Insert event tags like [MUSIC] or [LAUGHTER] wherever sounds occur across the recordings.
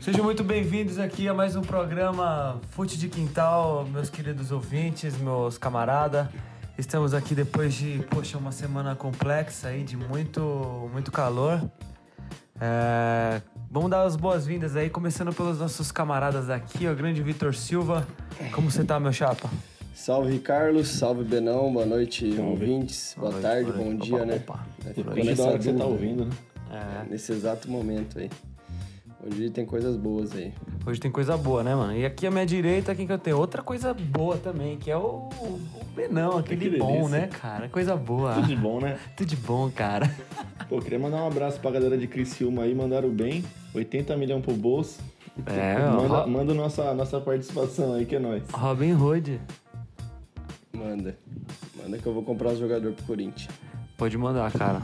Sejam muito bem-vindos aqui a mais um programa Fute de Quintal, meus queridos ouvintes, meus camarada. Estamos aqui depois de, poxa, uma semana complexa aí, de muito, muito calor. É, vamos dar as boas-vindas aí, começando pelos nossos camaradas aqui, ó, grande Vitor Silva. Como você tá, meu chapa? Salve Carlos, salve Benão, boa noite ouvintes, boa, noite, tarde, boa bom noite. dia, Opa, né? opa. Aí ficou Depende nessa Quando Depende da hora que você tá dúvida, ouvindo, né? É, Nesse exato momento aí. Hoje tem coisas boas aí. Hoje tem coisa boa, né, mano? E aqui à minha direita, quem que eu tenho? Outra coisa boa também, que é o, o Benão, aquele Que bom, delícia. né, cara? Coisa boa. Tudo de bom, né? Tudo de bom, cara. Pô, queria mandar um abraço pra galera de Criciúma aí, mandaram bem. 80 milhões pro bolso. É, manda ó. manda nossa, nossa participação aí, que é nóis. Robin Hood. Manda. Manda que eu vou comprar os jogador pro Corinthians. Pode mandar, [LAUGHS] cara.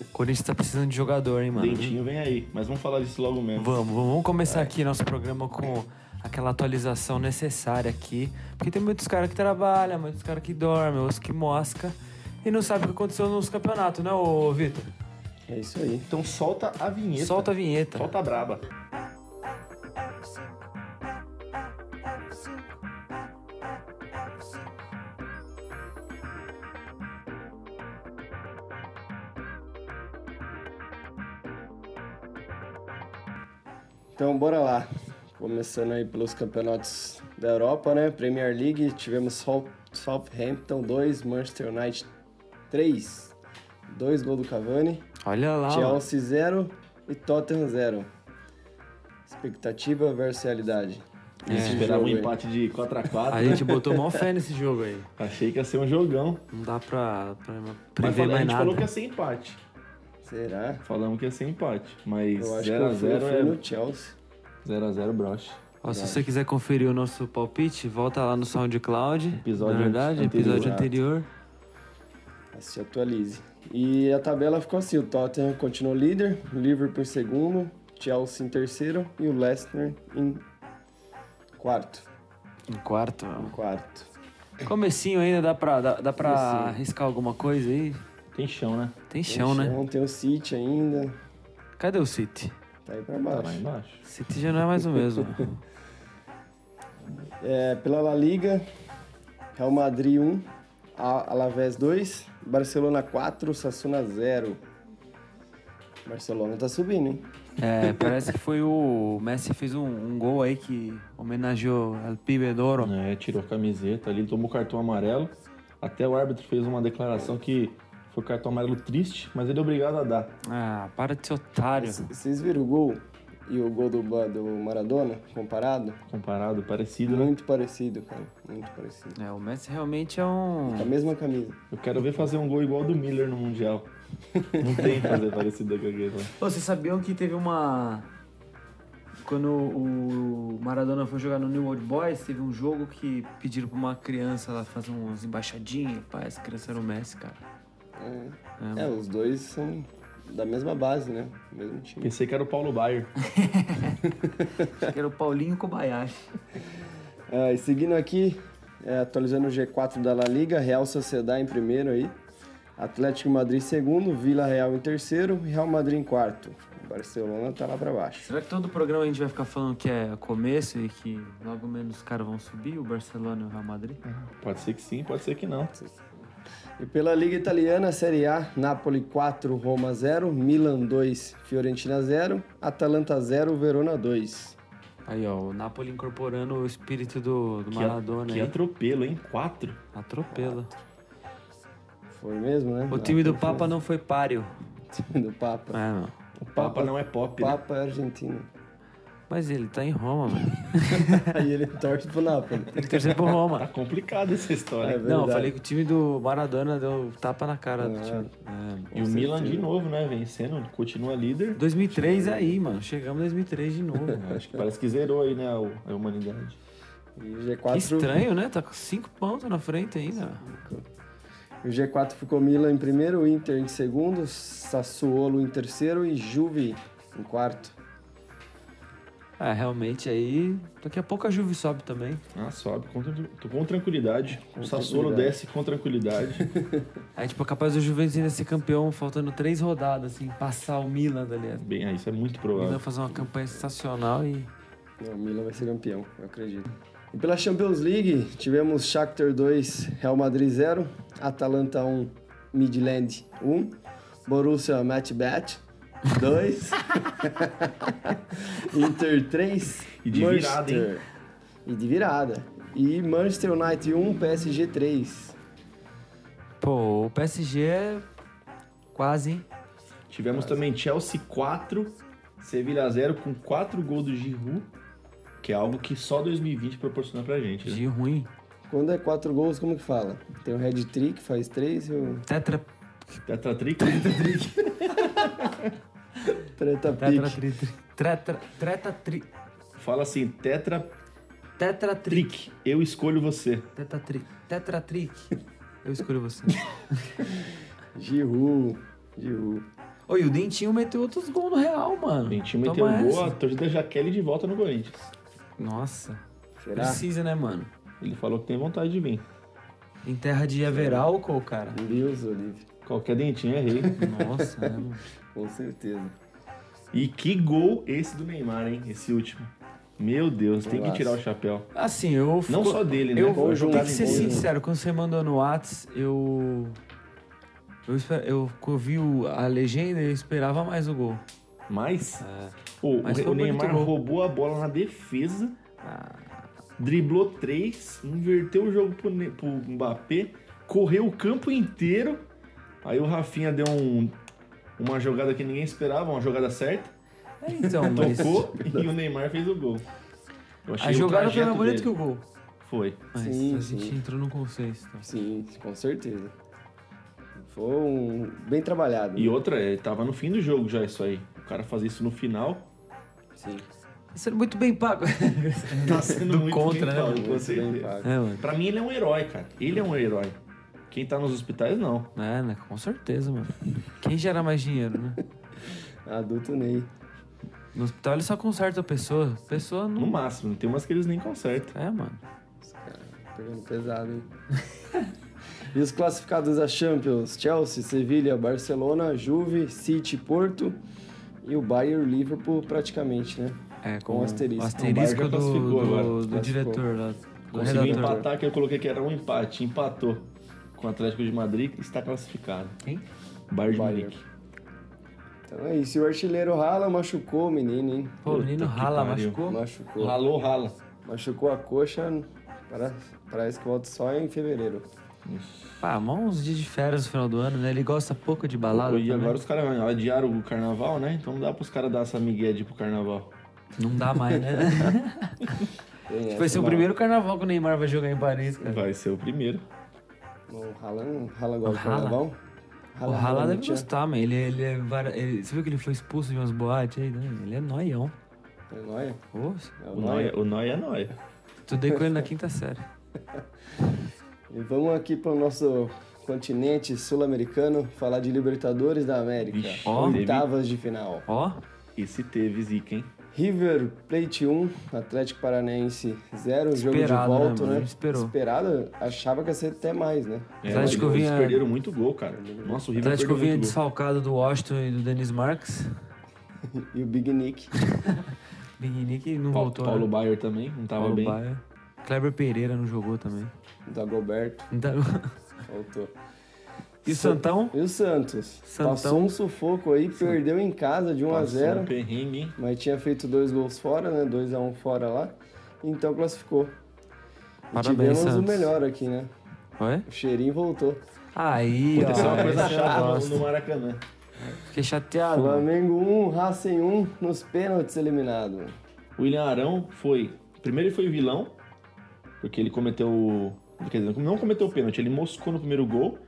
O Corinthians tá precisando de jogador, hein, mano? Dentinho vem aí, mas vamos falar disso logo mesmo. Vamos, vamos vamos É. começar aqui nosso programa com aquela atualização necessária aqui. Porque tem muitos caras que trabalham, muitos caras que dormem, outros que mosca. E não sabe o que aconteceu nos campeonatos, né, ô Vitor? É isso aí. Então solta a vinheta. Solta a vinheta. Solta a braba. Então bora lá. Começando aí pelos campeonatos da Europa, né? Premier League, tivemos Sol- Southampton 2, Manchester United 3. Dois gols do Cavani. Olha lá. ó. Chelsea 0 e Tottenham 0. Expectativa versus realidade. É. Esse Esperava jogo um aí. empate de 4x4. A gente botou mó fé nesse jogo aí. Achei que ia ser um jogão. Não dá pra, pra Mas prever fala- a mais gente nada. falou que ia ser empate. Será? Falamos que ia ser empate. Mas Eu acho que eu fui, eu fui 0x0 no Chelsea. é 0x0 broche. Ó, se você quiser conferir o nosso palpite, volta lá no SoundCloud. Episódio na verdade, anterior. episódio anterior. Se atualize. E a tabela ficou assim: o Tottenham continuou líder, o Liverpool em segundo, Chelsea em terceiro e o Leicester em quarto. Em Um quarto. Em quarto. Comecinho ainda, dá pra, dá, dá pra Comecinho. arriscar alguma coisa aí? Tem chão, né? Tem chão, né? Tem o City ainda, Cadê o City? tá aí pra Tá baixo. lá embaixo. City já não é mais o [LAUGHS] mesmo. É, pela La Liga, Real Madrid 1, A- Alavés 2, Barcelona 4, Sassuna 0. Barcelona tá subindo, hein? é, parece que foi o... o Messi fez um, um gol aí que homenageou El Pibe d'Oro. É, tirou a camiseta ali, tomou cartão amarelo. Até o árbitro fez uma declaração que foi cartão amarelo triste, mas ele é obrigado a dar. Ah, para de ser otário. C- Vocês viram o gol e o gol do, Ba- do Maradona comparado? Comparado, parecido, né? Muito parecido, cara. Muito parecido. É, o Messi realmente é um... Com a mesma camisa. Eu quero ver fazer um gol igual ao do Miller no Mundial. [LAUGHS] Não tem que fazer parecido com aquele. né? Ô, Vocês sabiam que teve uma. Quando o Maradona foi jogar no New Old Boys, teve um jogo que pediram pra uma criança lá fazer umas embaixadinhas. Pá, essa criança era o Messi, cara. É, os dois são da mesma base, né? Mesmo time. Pensei que era o Paulo Baier. Acho que era o Paulinho Kobayashi. Ah, e seguindo aqui, é, atualizando o G4 da La Liga, Real Sociedade em primeiro aí. Atlético Madrid em segundo, Vila Real em terceiro, Real Madrid em quarto. Barcelona tá lá pra baixo. Será que todo programa a gente vai ficar falando que é começo e que logo menos os caras vão subir, o Barcelona e o Real Madrid? Pode ser que sim, pode ser que não. E pela Liga Italiana, Série A, Napoli 4, Roma 0, Milan 2, Fiorentina 0, Atalanta 0, Verona 2. Aí, ó, o Napoli incorporando o espírito do, do Que, Maradona que aí. atropelo, hein? Quatro. Atropela. Foi mesmo, né? O time do Papa não foi páreo. O time [LAUGHS] do Papa. É, não. O Papa, não é pop. né? Papa é argentino. [LAUGHS] Mas ele tá em Roma, [LAUGHS] mano. Aí ele torce pro Napoli. Tem que torcer pro Roma. Tá complicado essa É história. verdade. Não, eu falei que o time do Maradona deu tapa na cara do time. É. e o Milan de novo, né? Vencendo, continua líder. 2003 é aí, mano. Chegamos em 2003 de [LAUGHS] novo. Acho que parece que zerou aí, né? o- A humanidade. E o Que G4, estranho, né? Tá com 5 pontos na frente ainda. o G4 ficou Milan em primeiro, Inter em segundo, Sassuolo em terceiro e Juve em quarto. É, realmente aí. Daqui a pouco a Juve sobe também. Ah, sobe com, tran- com tranquilidade. o Sassuolo desce com tranquilidade. Aí, tipo, é capaz do Juventus ainda ser campeão, faltando três rodadas, assim, passar o Milan ali. O Bem, ah, isso é muito Milan provável. fazer uma campanha sensacional e. Não, o Milan vai ser campeão, eu acredito. E pela Champions League, tivemos Shakhtar 2, Real Madrid 0, Atalanta 1, Midland 1, Borussia Match Bet 2, [LAUGHS] Inter 3, E de virada, hein? Manchester- E de virada. E Manchester United 1, PSG 3. Pô, o PSG é. Quase, hein? Tivemos também Chelsea 4, Sevilha 0 com 4 gols do Giroud, que é algo que só 2020 proporciona pra gente. Né? De ruim. Quando é 4 gols, como que fala? Tem o Red Trick, faz 3 e o Tetra. Tetratrica. Treta Tetra. Pick. Tri, tri, tetra. Treta. Tri, Fala assim, Tetratric, tetra. Tri, eu escolho você. tetra. Tri, tetra. Tri. Eu escolho você. [LAUGHS] Giroud, Giroud. Oi, o Dentinho meteu outros gols no Real, mano. O time Toma meteu um gol, Então essa. a torcida já quer ele de volta no Corinthians. Nossa. Será? Precisa, né, mano? Ele falou que tem vontade de vir. Em terra de Everalco, cara. Um Deus, Olívio. Qualquer dentinho é rei. Nossa, [LAUGHS] né, mano? Com certeza. E que gol esse do Neymar, hein? Esse último. Meu Deus, tem que Golaço. tirar o chapéu. Assim, eu. Não fico- só dele, né? Eu Foi vou Boa tem jogada que jogado ser em gol, né? sincero, quando você mandou no Whats, eu. Eu, esper- eu, eu vi o- a legenda e eu esperava mais o gol. Mas, pô, Mas o- foi Ah. o um bonito Neymar gol. roubou a bola na defesa, driblou três, inverteu o jogo pro, Ne- pro Mbappé, correu o campo inteiro. Aí o Rafinha deu um- uma jogada que ninguém esperava, uma jogada certa, É, [LAUGHS] então, mas. tocou [LAUGHS] e o Neymar fez o gol. Eu achei A o jogada foi trajeto mais bonita que o dele. gol. Foi. Mas Sim, a gente sim. entrou no consenso. então. Sim, com certeza. Foi um bem trabalhado. E outra, é, tava no fim do jogo já isso aí. O cara fazer isso [LAUGHS] no final, Sim. Sendo muito bem pago. [LAUGHS] tá sendo Do muito contra, né, bem pago, mano? com Bem certeza. pago. é, mano. Pra mim ele é um herói, cara. Ele é um herói. Quem tá nos hospitais, não. É, né? Com certeza, mano. Quem gera mais dinheiro, né? Adulto Ney. No hospital ele só conserta a pessoa. A pessoa No não. máximo. Tem umas que eles nem consertam. É, mano. Pegando pesado, hein? e os classificados da Champions? Chelsea, Sevilha, Barcelona, Juve, City, Porto e o Bayern Liverpool praticamente, né? É, Com o asterisco. um O asterisco Bayern já do, classificou do- agora. do Classificou. diretor lá. Do Conseguiu redator. empatar, que eu coloquei que era um empate. Empatou com o Atlético de Madrid está classificado. Quem? Bayern de Bayern. Munique. Então é isso. E o artilheiro Rala machucou o menino, hein? Pô, o menino Puta que rala, pariu. machucou. Machucou. Ralou, rala. Machucou a coxa. para- Parece que volta só em fevereiro. Pá, mó uns dias de férias no final do ano, né? Ele gosta pouco de balada. e também. agora os caras adiaram o carnaval, né? Então não dá pros caras dar essa migué de ir pro carnaval. Não dá mais, [LAUGHS] né? Tem Vai essa ser o lá. primeiro carnaval que o Neymar vai jogar em Paris, cara. Vai ser o primeiro. O um Haaland, Haaland gosta do Haaland? carnaval? O Haaland Rala deve realmente é- gostar, mano. Ele, ele é. vara- ele- Você viu que ele foi expulso de umas boates aí, né? Ele é noião. É nóia? Ô, É O nóia. Noia, o Noia é Noia. estudei com ele na quinta série. E vamos aqui para o nosso continente sul-americano falar de Libertadores da América. Vixe, Ó. teve- Oitavas de final. Ó, Esse teve zica, hein? River Plate 1, Atlético Paranaense 0, jogo de Esperado, né, volta, mano? né? A gente esperou. Esperado, achava que ia ser até mais, né? É, Atlético eles vinha- perderam muito gol, cara. Nossa, o o River Atlético perdeu vinha muito gol. desfalcado do Washington e do Denis Marques. E o Big Nick. Big Nick não Pa- voltou. Paulo né? Baier também, não tava Paulo bem. Baier. Kleber Pereira não jogou também. Dagoberto Então- [LAUGHS] voltou. E é o Santão? E o Santos? Santão. Passou um sufoco aí, perdeu em casa de 1 a Passou 0 um perrengue, hein? Mas tinha feito dois gols fora, né? 2 a 1 fora lá. Então classificou. E Parabéns, tivemos o Santos. melhor aqui, né? Oi? O cheirinho voltou. Aí, ó. Aconteceu é uma coisa esse eu chata no- gosto. no Maracanã. Fiquei chateado. mano. Flamengo 1, Racing 1, nos pênaltis eliminado. O William Arão foi. Primeiro ele foi vilão, porque ele cometeu. Quer dizer, não cometeu o pênalti, ele moscou no primeiro gol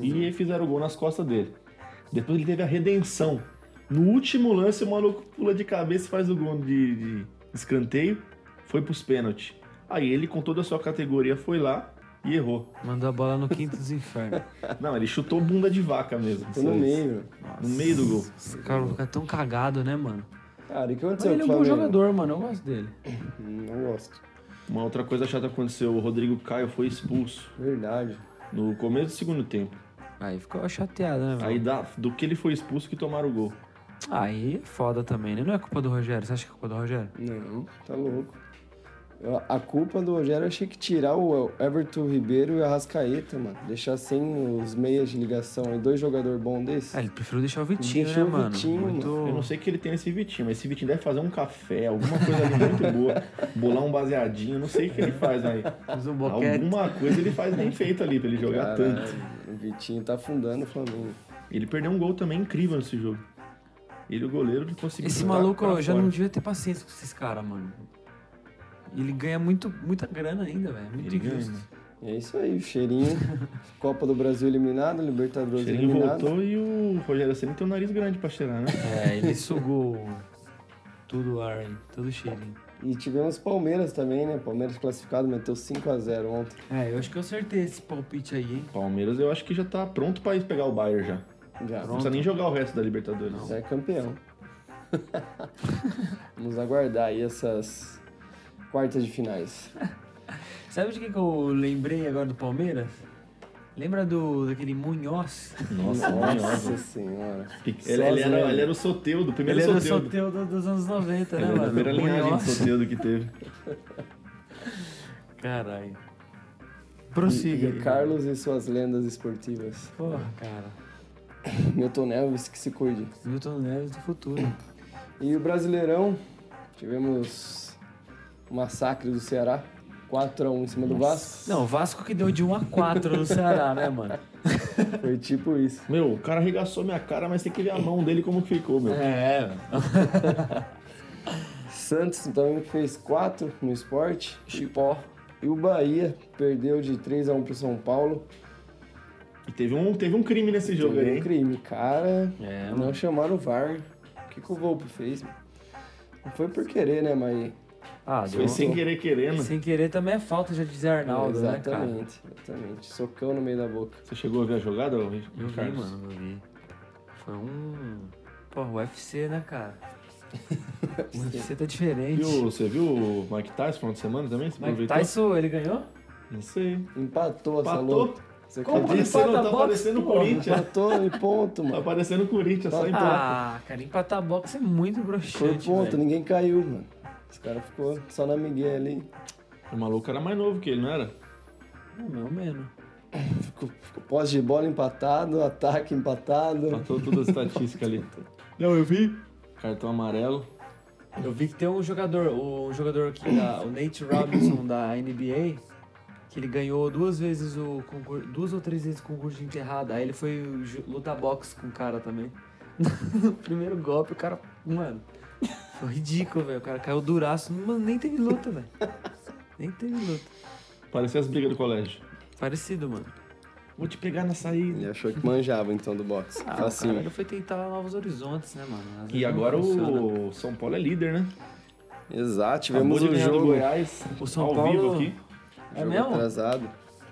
e fizeram o gol nas costas dele. Depois ele teve a redenção. No último lance, o maluco pula de cabeça e faz o gol de, de escanteio. Foi pros pênaltis. Aí ele, com toda a sua categoria, foi lá e errou. Mandou a bola no quinto dos infernos. Não, ele chutou bunda de vaca mesmo. Tô no sabe? meio. No meio do gol. Esse cara fica tão cagado, né, mano? Cara, e o que Mas aconteceu ele é um com o bom Flamengo? Hum, jogador, mano. Eu gosto dele. Não gosto. Uma outra coisa chata aconteceu, o Rodrigo Caio foi expulso Verdade. no começo do segundo tempo. Aí ficou chateado, né, Aí velho? da, do que ele foi expulso que tomaram o gol. Aí é foda também, né? Não é culpa do Rogério. Você acha que é culpa do Rogério? Não, tá louco. Eu- A culpa do Rogério eu achei que tirar o Everton Ribeiro e o Arrascaeta, mano. Deixar sem os meias de ligação e dois jogadores bons desses. É, Ah, ele preferiu deixar o Vitinho, Deixou né, o mano? Vitinho, Muito... Eu não sei que ele tem esse Vitinho, mas esse Vitinho deve fazer um café, alguma coisa ali muito boa, bolar um baseadinho, não sei o que ele faz aí. Fez um boquete. Alguma coisa ele faz bem feito ali pra ele jogar Caralho, tanto. O Vitinho tá afundando o Flamengo. Ele perdeu um gol também incrível nesse jogo. Ele, o goleiro, ele conseguiu. Esse jogar maluco pra eu já fora. não devia ter paciência com esses caras, mano. Ele ganha muito, muita grana ainda, velho. Muito Ele ganha, injusto. né? E é isso aí, o [LAUGHS] cheirinho. Copa do Brasil eliminado, Libertadores Ele eliminado. voltou e o Rogério Ceni tem um nariz grande pra cheirar, né? É, ele sugou tudo o ar, aí, todo o cheirinho. E tivemos Palmeiras também, né? Palmeiras classificado, meteu 5x0 ontem. É, eu acho que eu acertei esse palpite aí, hein? Palmeiras eu acho que já tá pronto pra ir pegar o Bayern já. Já. Não precisa nem jogar o resto da Libertadores. Já é campeão. [LAUGHS] Vamos aguardar aí essas quartas de finais. Sabe de quem que eu lembrei agora do Palmeiras? Lembra do daquele Munhoz? Nossa, Nossa Nossa. senhora. Ele, ele era, ele era o Soteudo, o primeiro Ele era o Soteudo. Soteudo dos anos 90, Ele né, era a mano? primeira linhagem de Munhoz. Soteudo que teve. Caralho. E, Prossiga. e Carlos e suas lendas esportivas. Porra, cara. Milton Neves, que se cuide. Milton Neves do futuro. E o Brasileirão, tivemos o massacre do Ceará. 4x1 em cima do Vasco. Não, o Vasco que deu de 1 a 4 no Ceará, né, mano? Foi tipo isso. [LAUGHS] Meu, o cara arregaçou minha cara, mas tem que ver a mão dele como que ficou, meu. É, mano. Santos também fez 4 no esporte. Chipó. E o Bahia perdeu de 3x1 pro São Paulo. E teve um, teve um crime nesse jogo Teve aí, um hein? crime, cara. É, não chamaram o VAR. O que, que o Volpe fez? mano? Não foi por querer, né, mas. Ah, Foi deu. sem querer né? querendo. Sem querer também é falta, já dizer Arnaldo, né, cara? exatamente, exatamente. Socão no meio da boca. Você chegou a ver a jogada, ô, Eu vi, Carlos? mano, eu vi. Foi um. Pô, o UFC, né, cara? o UFC tá diferente. Viu- você viu o Mike Tyson final de semana também? Você Mike aproveitou? Tyson, ele ganhou? Não sei. Empatou essa Empatou? louca. Você Como é? acredita? aparecendo, empata tá boxe, aparecendo o pô? Corinthians. Empatou em ponto, Tá mano. aparecendo o Corinthians, só em Ah, cara, empatar boxe é muito Foi um broxante, ponto, velho. ninguém caiu, mano. Os caras ficou só na migué ali. O maluco era mais novo que ele, não era? Não, meu menos. Ficou, ficou pós de bola empatado, ataque empatado. Matou todas as estatísticas ali. Não, eu vi. Cartão amarelo. Eu vi que tem um jogador, o jogador aqui, da, o Nate Robinson da NBA, que ele ganhou duas vezes o concurso, duas ou três vezes o concurso de enterrada. Aí ele foi ju- lutar boxe com o cara também. [LAUGHS] No primeiro golpe, o cara, mano, foi ridículo, velho. O cara caiu duraço, mano, nem teve luta, velho. Nem teve luta. Parecia as brigas do colégio. Parecido, mano. Vou te pegar na saída. Ele achou que manjava então do boxe. Ah, Fala assim, o cara ele foi tentar novos horizontes, né, mano? Às vezes E não agora funciona. o São Paulo é líder, né? Exato, Acabou tivemos de o ganhar do jogo, Goiás. O São ao Paulo- vivo aqui. É jogo mesmo? atrasado. tá-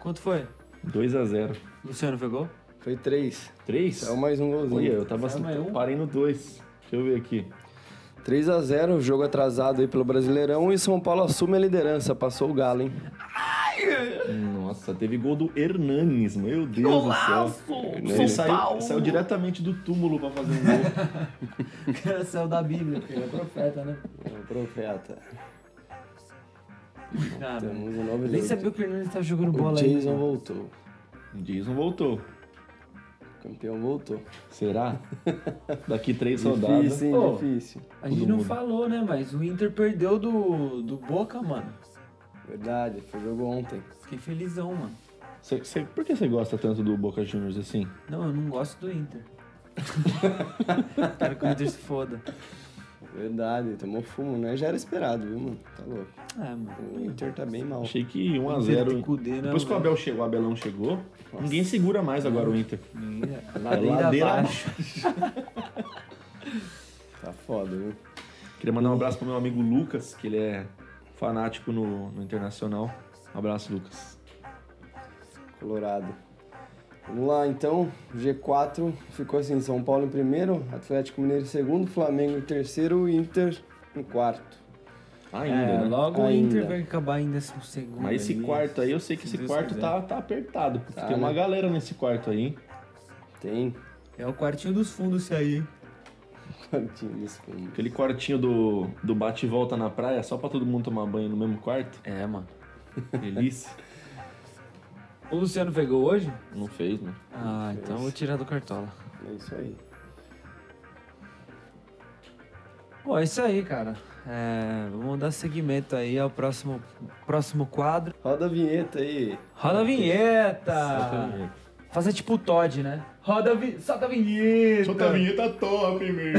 Quanto foi? 2x0. Luciano pegou? [LAUGHS] Foi três. 3? É Saiu mais um golzinho. Olha, eu tava Saiu mais um. parei no 2. Deixa eu ver aqui. 3 a 0 jogo atrasado aí pelo Brasileirão e São Paulo assume a liderança, passou o Galo, hein? Nossa, teve gol do Hernanes, meu Deus do céu. Ele São saiu, saiu diretamente do túmulo pra fazer um gol. [LAUGHS] O cara saiu da Bíblia, ele é profeta, né? É o profeta. Cara, Temos um novo Nem líder. sabia que o Hernandes tava jogando O bola aí. Jason voltou. Jason voltou. O campeão voltou. Será? [LAUGHS] Daqui três rodadas. Difícil, hein? Ô. Difícil. A gente Todo não mundo. falou, né? Mas o Inter perdeu do, do Boca, mano. Verdade, foi jogo ontem. Fiquei felizão, mano. Cê- cê- por que você gosta tanto do Boca Juniors assim? Não, eu não gosto [LAUGHS] do Inter. Quero que o Inter se foda. Verdade, tomou fumo, né? Já era esperado, viu, mano? Tá louco. Ah, É, mano. O Inter tá bem mal. Achei que Inter tem 1x0. Cudê, né, Depois que o mano? Abel chegou, o Abelão chegou, ninguém segura mais agora o Inter. Ninguém- É Ladeira, ladeira abaixo. Tá foda, viu? Queria mandar um abraço pro meu amigo Lucas, que ele é fanático no, no Internacional. Um abraço, Lucas. Colorado. Vamos lá, então. G4 ficou assim: São Paulo em primeiro, Atlético Mineiro em segundo, Flamengo em terceiro e Inter em quarto. Ainda, É, né? logo o Ainda. Inter vai acabar ainda esse segundo. Mas esse ali. quarto aí, eu sei que Se esse Deus quarto quiser. tá, tá apertado. porque Tá, tem uma né? galera nesse quarto aí, hein? Tem É o quartinho dos fundos esse aí. quartinho nesse fundo. Aquele quartinho do, do bate e volta na praia, só pra todo mundo tomar banho no mesmo quarto. É, mano. Delícia. O Luciano pegou hoje? [LAUGHS] Não fez, né? Ah, então eu vou tirar do cartola. É isso aí. Bom, é isso aí, cara. É, vamos dar seguimento aí ao próximo, próximo quadro. Roda a vinheta aí. Roda a vinheta! Ah. Exatamente. Fazer tipo o Todd, né? Roda a vinheta! Solta a vinheta! vinheta top, meu.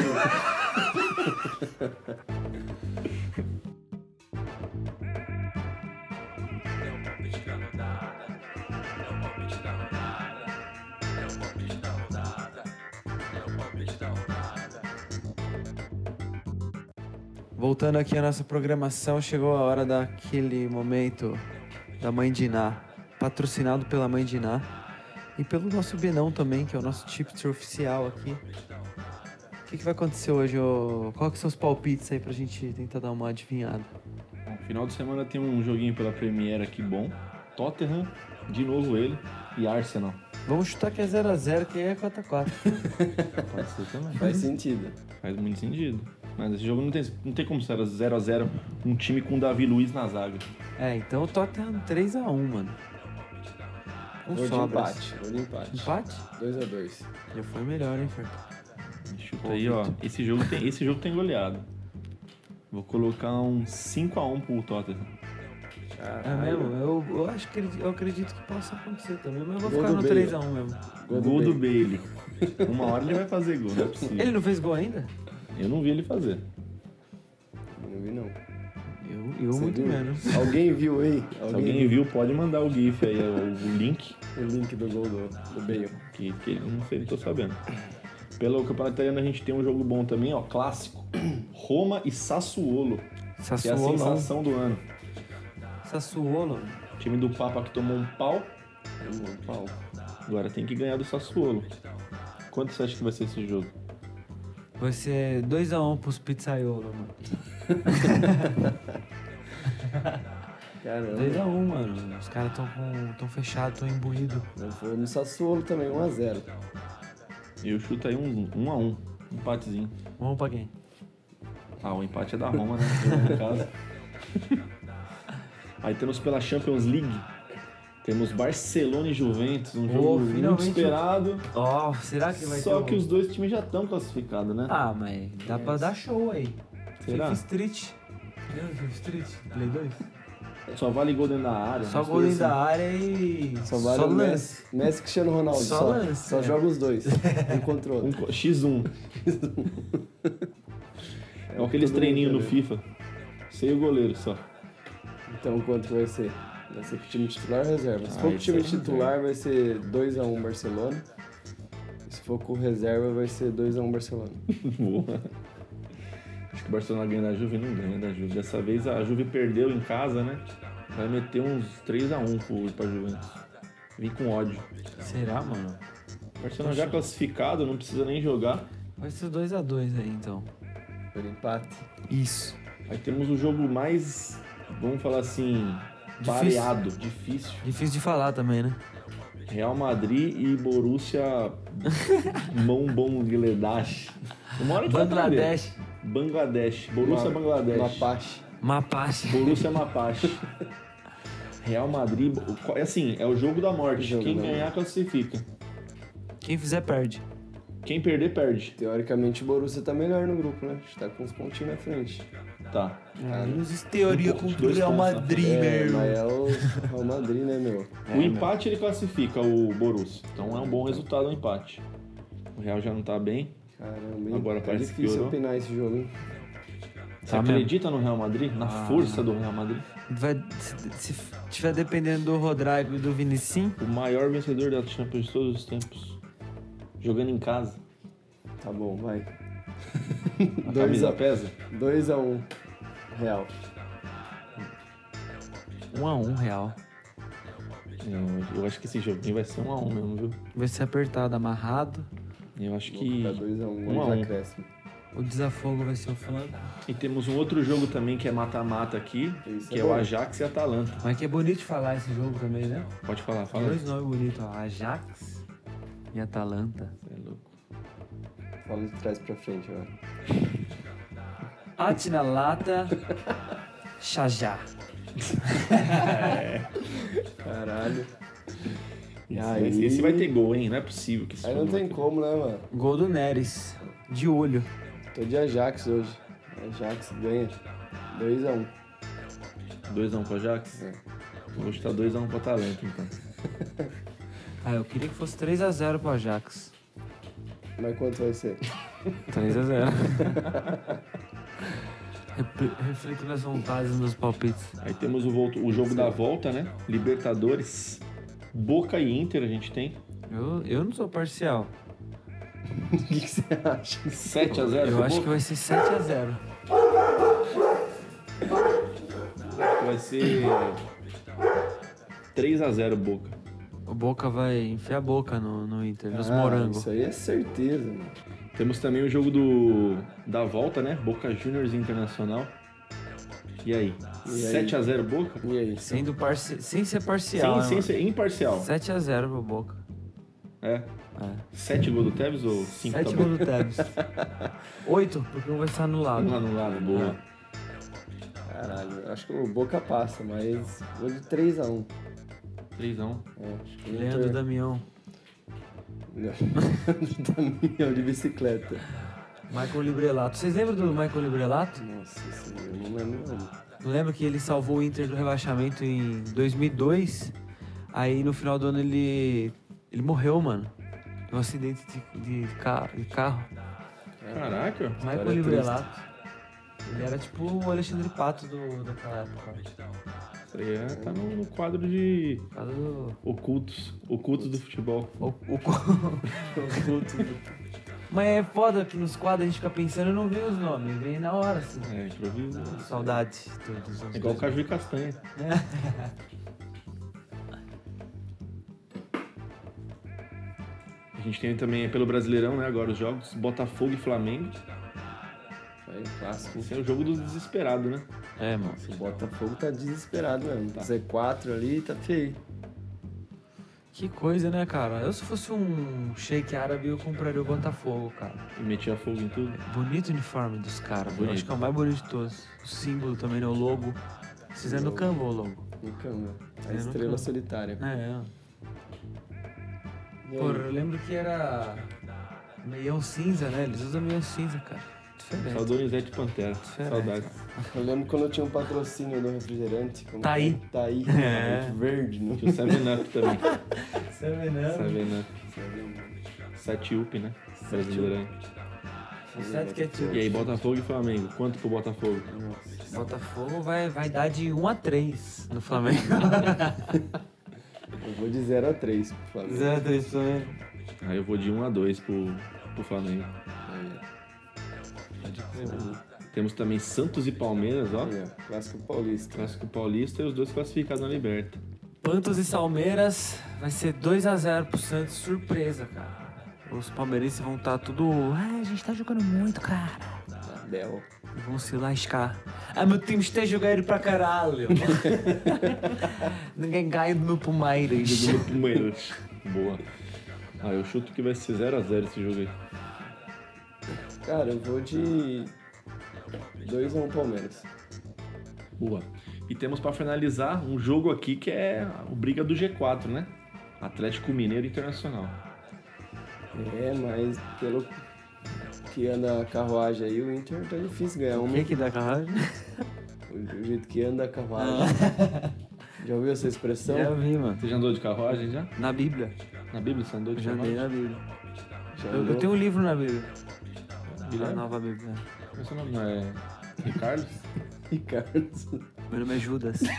Voltando aqui à nossa programação, chegou a hora daquele momento da Mãe de Iná, patrocinado pela Mãe de Iná e pelo nosso Benão também, que é o nosso tipster oficial aqui. O que, que vai acontecer hoje? ô? Qual que são os palpites aí pra gente tentar dar uma adivinhada? Bom, [LAUGHS] Final de semana tem um joguinho pela Premier aqui bom. Tottenham, de novo ele, e Arsenal. Vamos chutar que é 0x0, que aí é 4x4. Pode ser também. Faz sentido. Faz muito sentido. Mas esse jogo não tem, não tem como ser 0x0 um time com o Davi Luiz na zaga. É, então o Tottenham 3x1, mano. Com Gol de sobras. empate. Gol de empate. Empate? 2x2. Já foi melhor, hein, Fer? Chuta aí, ó. Esse jogo tem, esse jogo tem goleado. Vou colocar um 5x1 pro Tottenham. É mesmo? Eu, eu acho que acredito, eu acredito que possa acontecer também, mas eu vou Gol ficar do no Bale. 3x1 mesmo. Gol, gol do do Bailey. Uma hora ele vai fazer gol, não é possível. Ele não fez gol ainda? Eu não vi ele fazer. Bale. Não vi, não. Eu, eu Você muito viu? menos. Alguém viu aí? Se alguém viu, pode mandar o GIF aí, o o link, O link do gol do, do Bale. que, que eu não sei, não tô sabendo. Pelo Campeonato Italiano a gente tem um jogo bom também, ó, clássico. Roma e Sassuolo, que é a Sassuolo. não. sensação do ano. Sassuolo. O time do Papa que tomou um pau, Um pau. agora tem que ganhar do Sassuolo. Quanto você acha que vai ser esse jogo? Vai ser 2x1 pros pizzaiolo, mano. Caramba. 2x1, mano. Os caras tão, com- tão fechados, tão imbuídos. Eu vou no Sassuolo também, 1x0. Eu chuto aí um 1 um a 1 um, empatezinho. Vamos pra quem? Ah, o empate é da Roma, né? No caso. Aí temos pela Champions League. Temos Barcelona e Juventus, um jogo muito finalmente. esperado. Ó, será que vai ter Só um- que os dois times já estão classificados, né? Ah, mas dá pra dar show aí. Será? Fifth Street. Lembra Fifth Street? Play 2? Só vale gol dentro da área. Só umas gol coisas dentro da área e. Só vale o Messi. Messi e Cristiano Ronaldo. Só Só, lance, só é. joga os dois. Um contra o assim. Um outro. co- X1. [LAUGHS] É aqueles Todo mundo treininhos no quer ver. FIFA. Sem o goleiro só. Então quanto vai ser? Vai ser com o time titular ou reserva? Se for Ah, com o isso time aí não titular, vai ser 2x1 Barcelona. E se for com reserva, vai ser 2x1 Barcelona. Boa. Acho que o Barcelona ganha da Juve, não ganha da Juve. Dessa vez a Juve perdeu em casa, né? Vai meter uns 3x1 pro, pra Juventus. Vim com ódio. Ah, Será, mano? O Barcelona já classificado, não precisa nem jogar. Vai ser 2x2 aí então. Por empate. Isso. Aí temos o jogo mais, vamos falar assim, Difícil. pareado, difícil. Difícil de falar também, né? Real Madrid e Borussia [LAUGHS] Mönchengladbach. Uma hora que vai Bangladesh. aprender. Bangladesh. Borussia Ma- Bangladesh. Mapache. Mapache. Borussia Mapache. Real Madrid, Bo- co- é assim, é o jogo da morte. Jogo Quem da ganhar classifica. Quem fizer perde. Quem perder perde. Teoricamente o Borussia tá melhor no grupo, né? A gente tá com uns pontinhos na frente. Tá. Ah, Menos teoria Um ponto, contra o dois Real pontos na Madrid, É, meu. mas é o Real Madrid, né, meu? o empate ele classifica o Borussia. Então é um bom resultado o empate. O Real já não tá bem. Caramba, hein? Agora Tá parece que difícil piorou. opinar esse jogo, hein? Você Tá mesmo. acredita no Real Madrid? Na Ah. força do Real Madrid? Vai, se, se tiver dependendo do Rodrigo e do Vinicim, O maior vencedor da Champions de todos os tempos. Jogando em casa. Tá bom, vai. [LAUGHS] A Dois camisa a- pesa? 2x1 Real. 1 a 1 Real. É, eu acho que esse joguinho vai ser um a um mesmo, viu? Vai ser apertado, amarrado. Eu acho que. Tá 2x1, um, um a hoje um. acréscimo. O desafogo vai ser o Flamengo. E temos um outro jogo também que é mata-mata aqui, Isso que é é o bom. Ajax e Atalanta. Mas que é bonito de falar esse jogo também, né? Pode falar, fala. Dois nomes bonitos, ó. Ajax e Atalanta. Cê É louco. Fala de trás pra frente agora. Atinalata, Xajá. Caralho. Esse, aí? esse- esse vai ter gol, hein? Não é possível que isso. Aí não tem como, né, mano? Gol do Neres. De olho. Tô de Ajax hoje. Ajax ganha. 2x1. 2x1 pro um Ajax? É. tá Vou chutar 2x1 pro Atalanta, então. Ah, eu queria que fosse 3x0 pro Ajax. Mas quanto vai [LAUGHS] ser? 3x0. [LAUGHS] Reflito minhas vontades nos palpites. Aí temos o, volta- o jogo da volta, né? Libertadores, Boca e Inter a gente tem. Eu, eu não sou parcial. O que que você acha? 7x0 Eu pro acho que Boca. vai ser 7x0. Vai... ser 3x0 Boca. O Boca vai enfiar a boca no, no Inter, nos Ah, morangos. Isso aí é certeza, mano. Temos também o jogo do da volta, né? Boca Juniors e Internacional. E aí? E aí? 7x0 Boca? E aí? Sendo parci... Sem ser parcial. né? Sem, sem ser imparcial. 7x0 pro Boca. É. É. 7 gols do Tevez ou 5 tá 7 gols do [LAUGHS] Tevez. 8, porque um vai estar anulado. Lá no lado, boa. Caralho, eu acho que o Boca passa, mas vou de 3x1. 3x1. É, acho que o Leandro Inter- Damião. [LAUGHS] Leandro Damião de bicicleta. Michael Librelato. Vocês lembram do Michael Librelato? Nossa senhora, eu não lembro. não. Lembra que ele salvou o Inter do rebaixamento em 2002? Aí no final do ano ele. Ele morreu, mano. Em um acidente de, de ca- de carro. Caraca. Michael Librelato. Ele era tipo o Alexandre Pato do, daquela época. Isso aí é, tá no, no quadro de Por causa do. ocultos. Ocultos do futebol. O, o, [LAUGHS] Mas é foda que nos quadros a gente fica pensando e não vê os nomes, vem na hora, assim. É, improviso. Saudade dos anos É igual 2000. caju e castanha. A gente tem também pelo Brasileirão, né? Agora os jogos. Botafogo e Flamengo. Aí, clássico. Esse é o jogo dos desesperados, né? É, mano. O Botafogo tá desesperado mesmo. Z4 ali tá feio. Que coisa, né, cara? Eu se fosse um shake árabe, eu compraria o Botafogo, cara. E metia fogo em tudo. Bonito o uniforme dos caras, eu Bonito. acho que é o mais bonito de todos. O símbolo também, né? O logo. Vocês é no Canva o logo. No cama. A É, no estrela cama. [LAUGHS] solitária. É, E é. aí? Pô, eu lembro que era meião cinza, né? Eles usam meião cinza, cara. Diferente. Saudou Donizete Pantera. É. Diferente, Saudades. Eu lembro quando eu tinha um patrocínio do refrigerante. Como Tá aí. Tá [LAUGHS] aí. É. Verde, né? não. Tinha o 7-Up também. Seven 7-Up. 7-Up, né? Brasileirão. Sete que é tudo. E aí, Botafogo e Flamengo. Quanto pro Botafogo? Botafogo vai, vai dar de 1 a 3 no Flamengo. [LAUGHS] Eu vou de 0x3 pro Flamengo. 0 a 3 pro Flamengo. Aí eu vou de 1 a 2 pro, pro Flamengo. Aí, Temos também Santos e Palmeiras, ó. ó. Aí, ó. Clássico paulista. Clássico Paulista e os dois classificados na Liberta. Pantos e Salmeiras vai ser 2 a 0 pro Santos, surpresa, cara. Os palmeirenses vão estar tudo. Ah, a gente tá jogando muito, cara. Bel. E vão se lascar. Ah, meu time está jogando pra [LAUGHS] caralho. Ninguém ganha do meu Palmeiras. Do Palmeiras. [LAUGHS] Boa. Ah, eu chuto que vai ser 0x0 esse jogo aí. Cara, eu vou de 2x1 Palmeiras. Boa. E temos pra finalizar um jogo aqui que é o briga do G4, né? Atlético Mineiro Internacional. É, mas pelo que anda a carruagem aí, o Inter tá difícil ganhar uma. é que dá caralho? O o jeito que anda a carruagem. Já ouviu essa expressão? Ah. Já vi, mano. Você já andou de carruagem já? Então, Na Bíblia. Na Bíblia você andou de Já andei carruagem? na Bíblia. Já Eu, eu andou? tenho um livro na Bíblia. Na Guilherme? nova Bíblia. Como é seu nome? Não é Ricardo? Ricardo. Meu nome é Judas. [LAUGHS]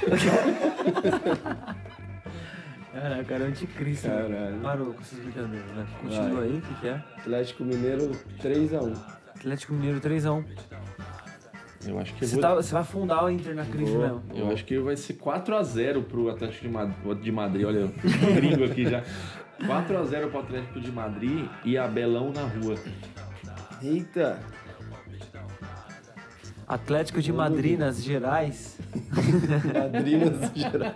Cara, cara, é anticristo. né? Caralho. Parou com essas brincadeiras, né? Continua Vai. aí, o que, que é? um. Atlético Mineiro 3x1. Atlético Mineiro 3x1. Eu acho que eu Você, vou... tá- você vai afundar o Inter na crise Boa. mesmo. Eu acho que vai ser 4x0 pro Atlético de Madrid, de Madrid. Olha, eu gringo aqui já. 4x0 pro Atlético de Madrid e Abelão na rua. Eita! Atlético de Madrid, nas Gerais. [LAUGHS] Madrinas geral.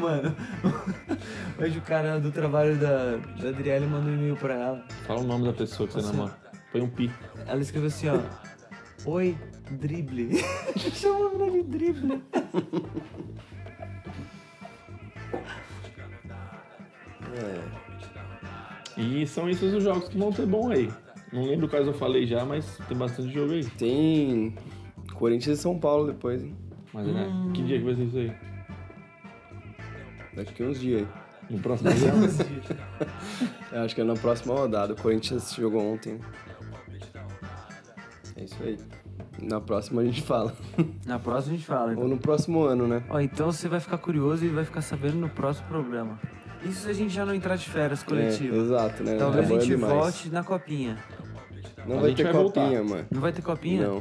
Mano, hoje o cara do trabalho da, da Adriele mandou um e-mail pra ela. Fala o nome da pessoa que você namora. Põe um pi. Ela escreveu assim, ó. Oi, drible. [LAUGHS] Chamava ele de drible. É. E são esses os jogos que vão ser bom aí. Não lembro quais eu falei já, mas tem bastante jogo aí. Tem Corinthians e São Paulo depois, hein? Mas né, Hum. que dia que vai ser isso aí? Daqui uns dias aí. No próximo dia? [LAUGHS] Eu acho que é na próxima rodada. O Corinthians jogou ontem. É isso aí. Na próxima a gente fala. Na próxima a gente fala. Ou Então. no próximo ano, né? Ó, então você vai ficar curioso e vai ficar sabendo no próximo programa. Isso se a gente já não entrar de férias É, coletivas. exato, Talvez né? Então, a Acabou gente demais. volte na copinha. Não A vai gente ter vai copinha, mano. Não vai ter copinha? Não.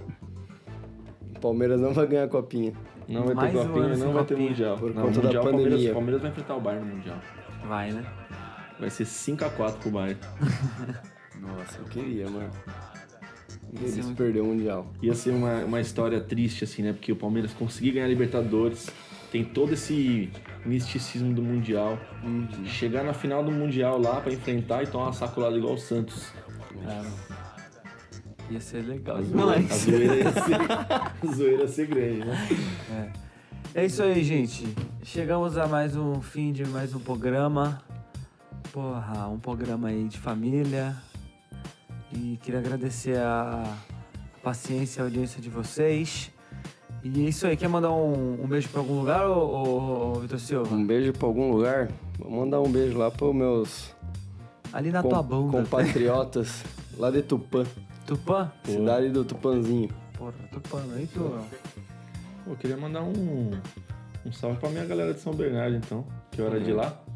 O Palmeiras não vai ganhar copinha. Não vai Mais ter um ano copinha, sem não vai ter copinha. mundial. Por não, conta da mundial, o Palmeiras, pandemia. o Palmeiras vai enfrentar o Bayern no mundial. Vai, né? Vai ser 5x4 pro Bayern. Nossa, eu queria, mano. Esse é Eles muito- perderam o Mundial. Ia ser uma, uma história triste, assim, né? Porque o Palmeiras conseguiu ganhar a Libertadores, tem todo esse misticismo do Mundial. Chegar na final do Mundial lá pra enfrentar e tomar uma sacolada igual o Santos. É. Ia ser legal A zoeira, a demais. zoeira ia ser, a zoeira ia ser grande, né? É isso aí, gente. Chegamos a mais um fim de mais um programa. Porra, um programa aí de família. E queria agradecer a paciência e a audiência de vocês. E é isso aí. Quer mandar um, um beijo pra algum lugar, ô, ô, ô, Vitor Silva? Um beijo pra algum lugar. Vou mandar um beijo lá pros meus Ali na com- Tá tua bunda. compatriotas lá de Tupã. Tupã? Cidade do Tupanzinho. Porra, Tupã, não é tu? Pô, eu queria mandar um, um salve pra minha galera de São Bernardo, então. Que hora de ir lá. Pô,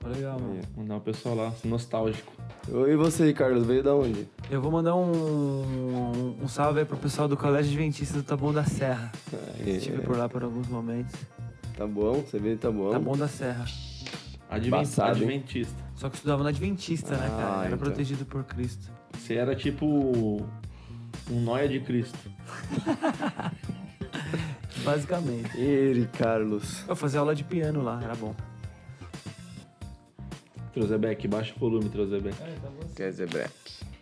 Tá Legal, mano. Mandar o pessoal lá, assim, nostálgico. E você, Carlos, veio da onde? Eu vou mandar um, um salve aí pro pessoal do Colégio Adventista do Taboão da Serra. É. Estive por lá por alguns momentos. Tá bom, você veio de Taboão. Taboão da Serra. Advent, Embaçado, hein? adventista. Só que estudava na Adventista, né, cara? Ah, Era então. protegido por Cristo. Você era tipo um nóia de Cristo. Basicamente. Ele, Carlos. Eu fazia aula de piano lá, era bom. Trozebeck, baixa o volume, Trozebeck. Quer dizer, breque.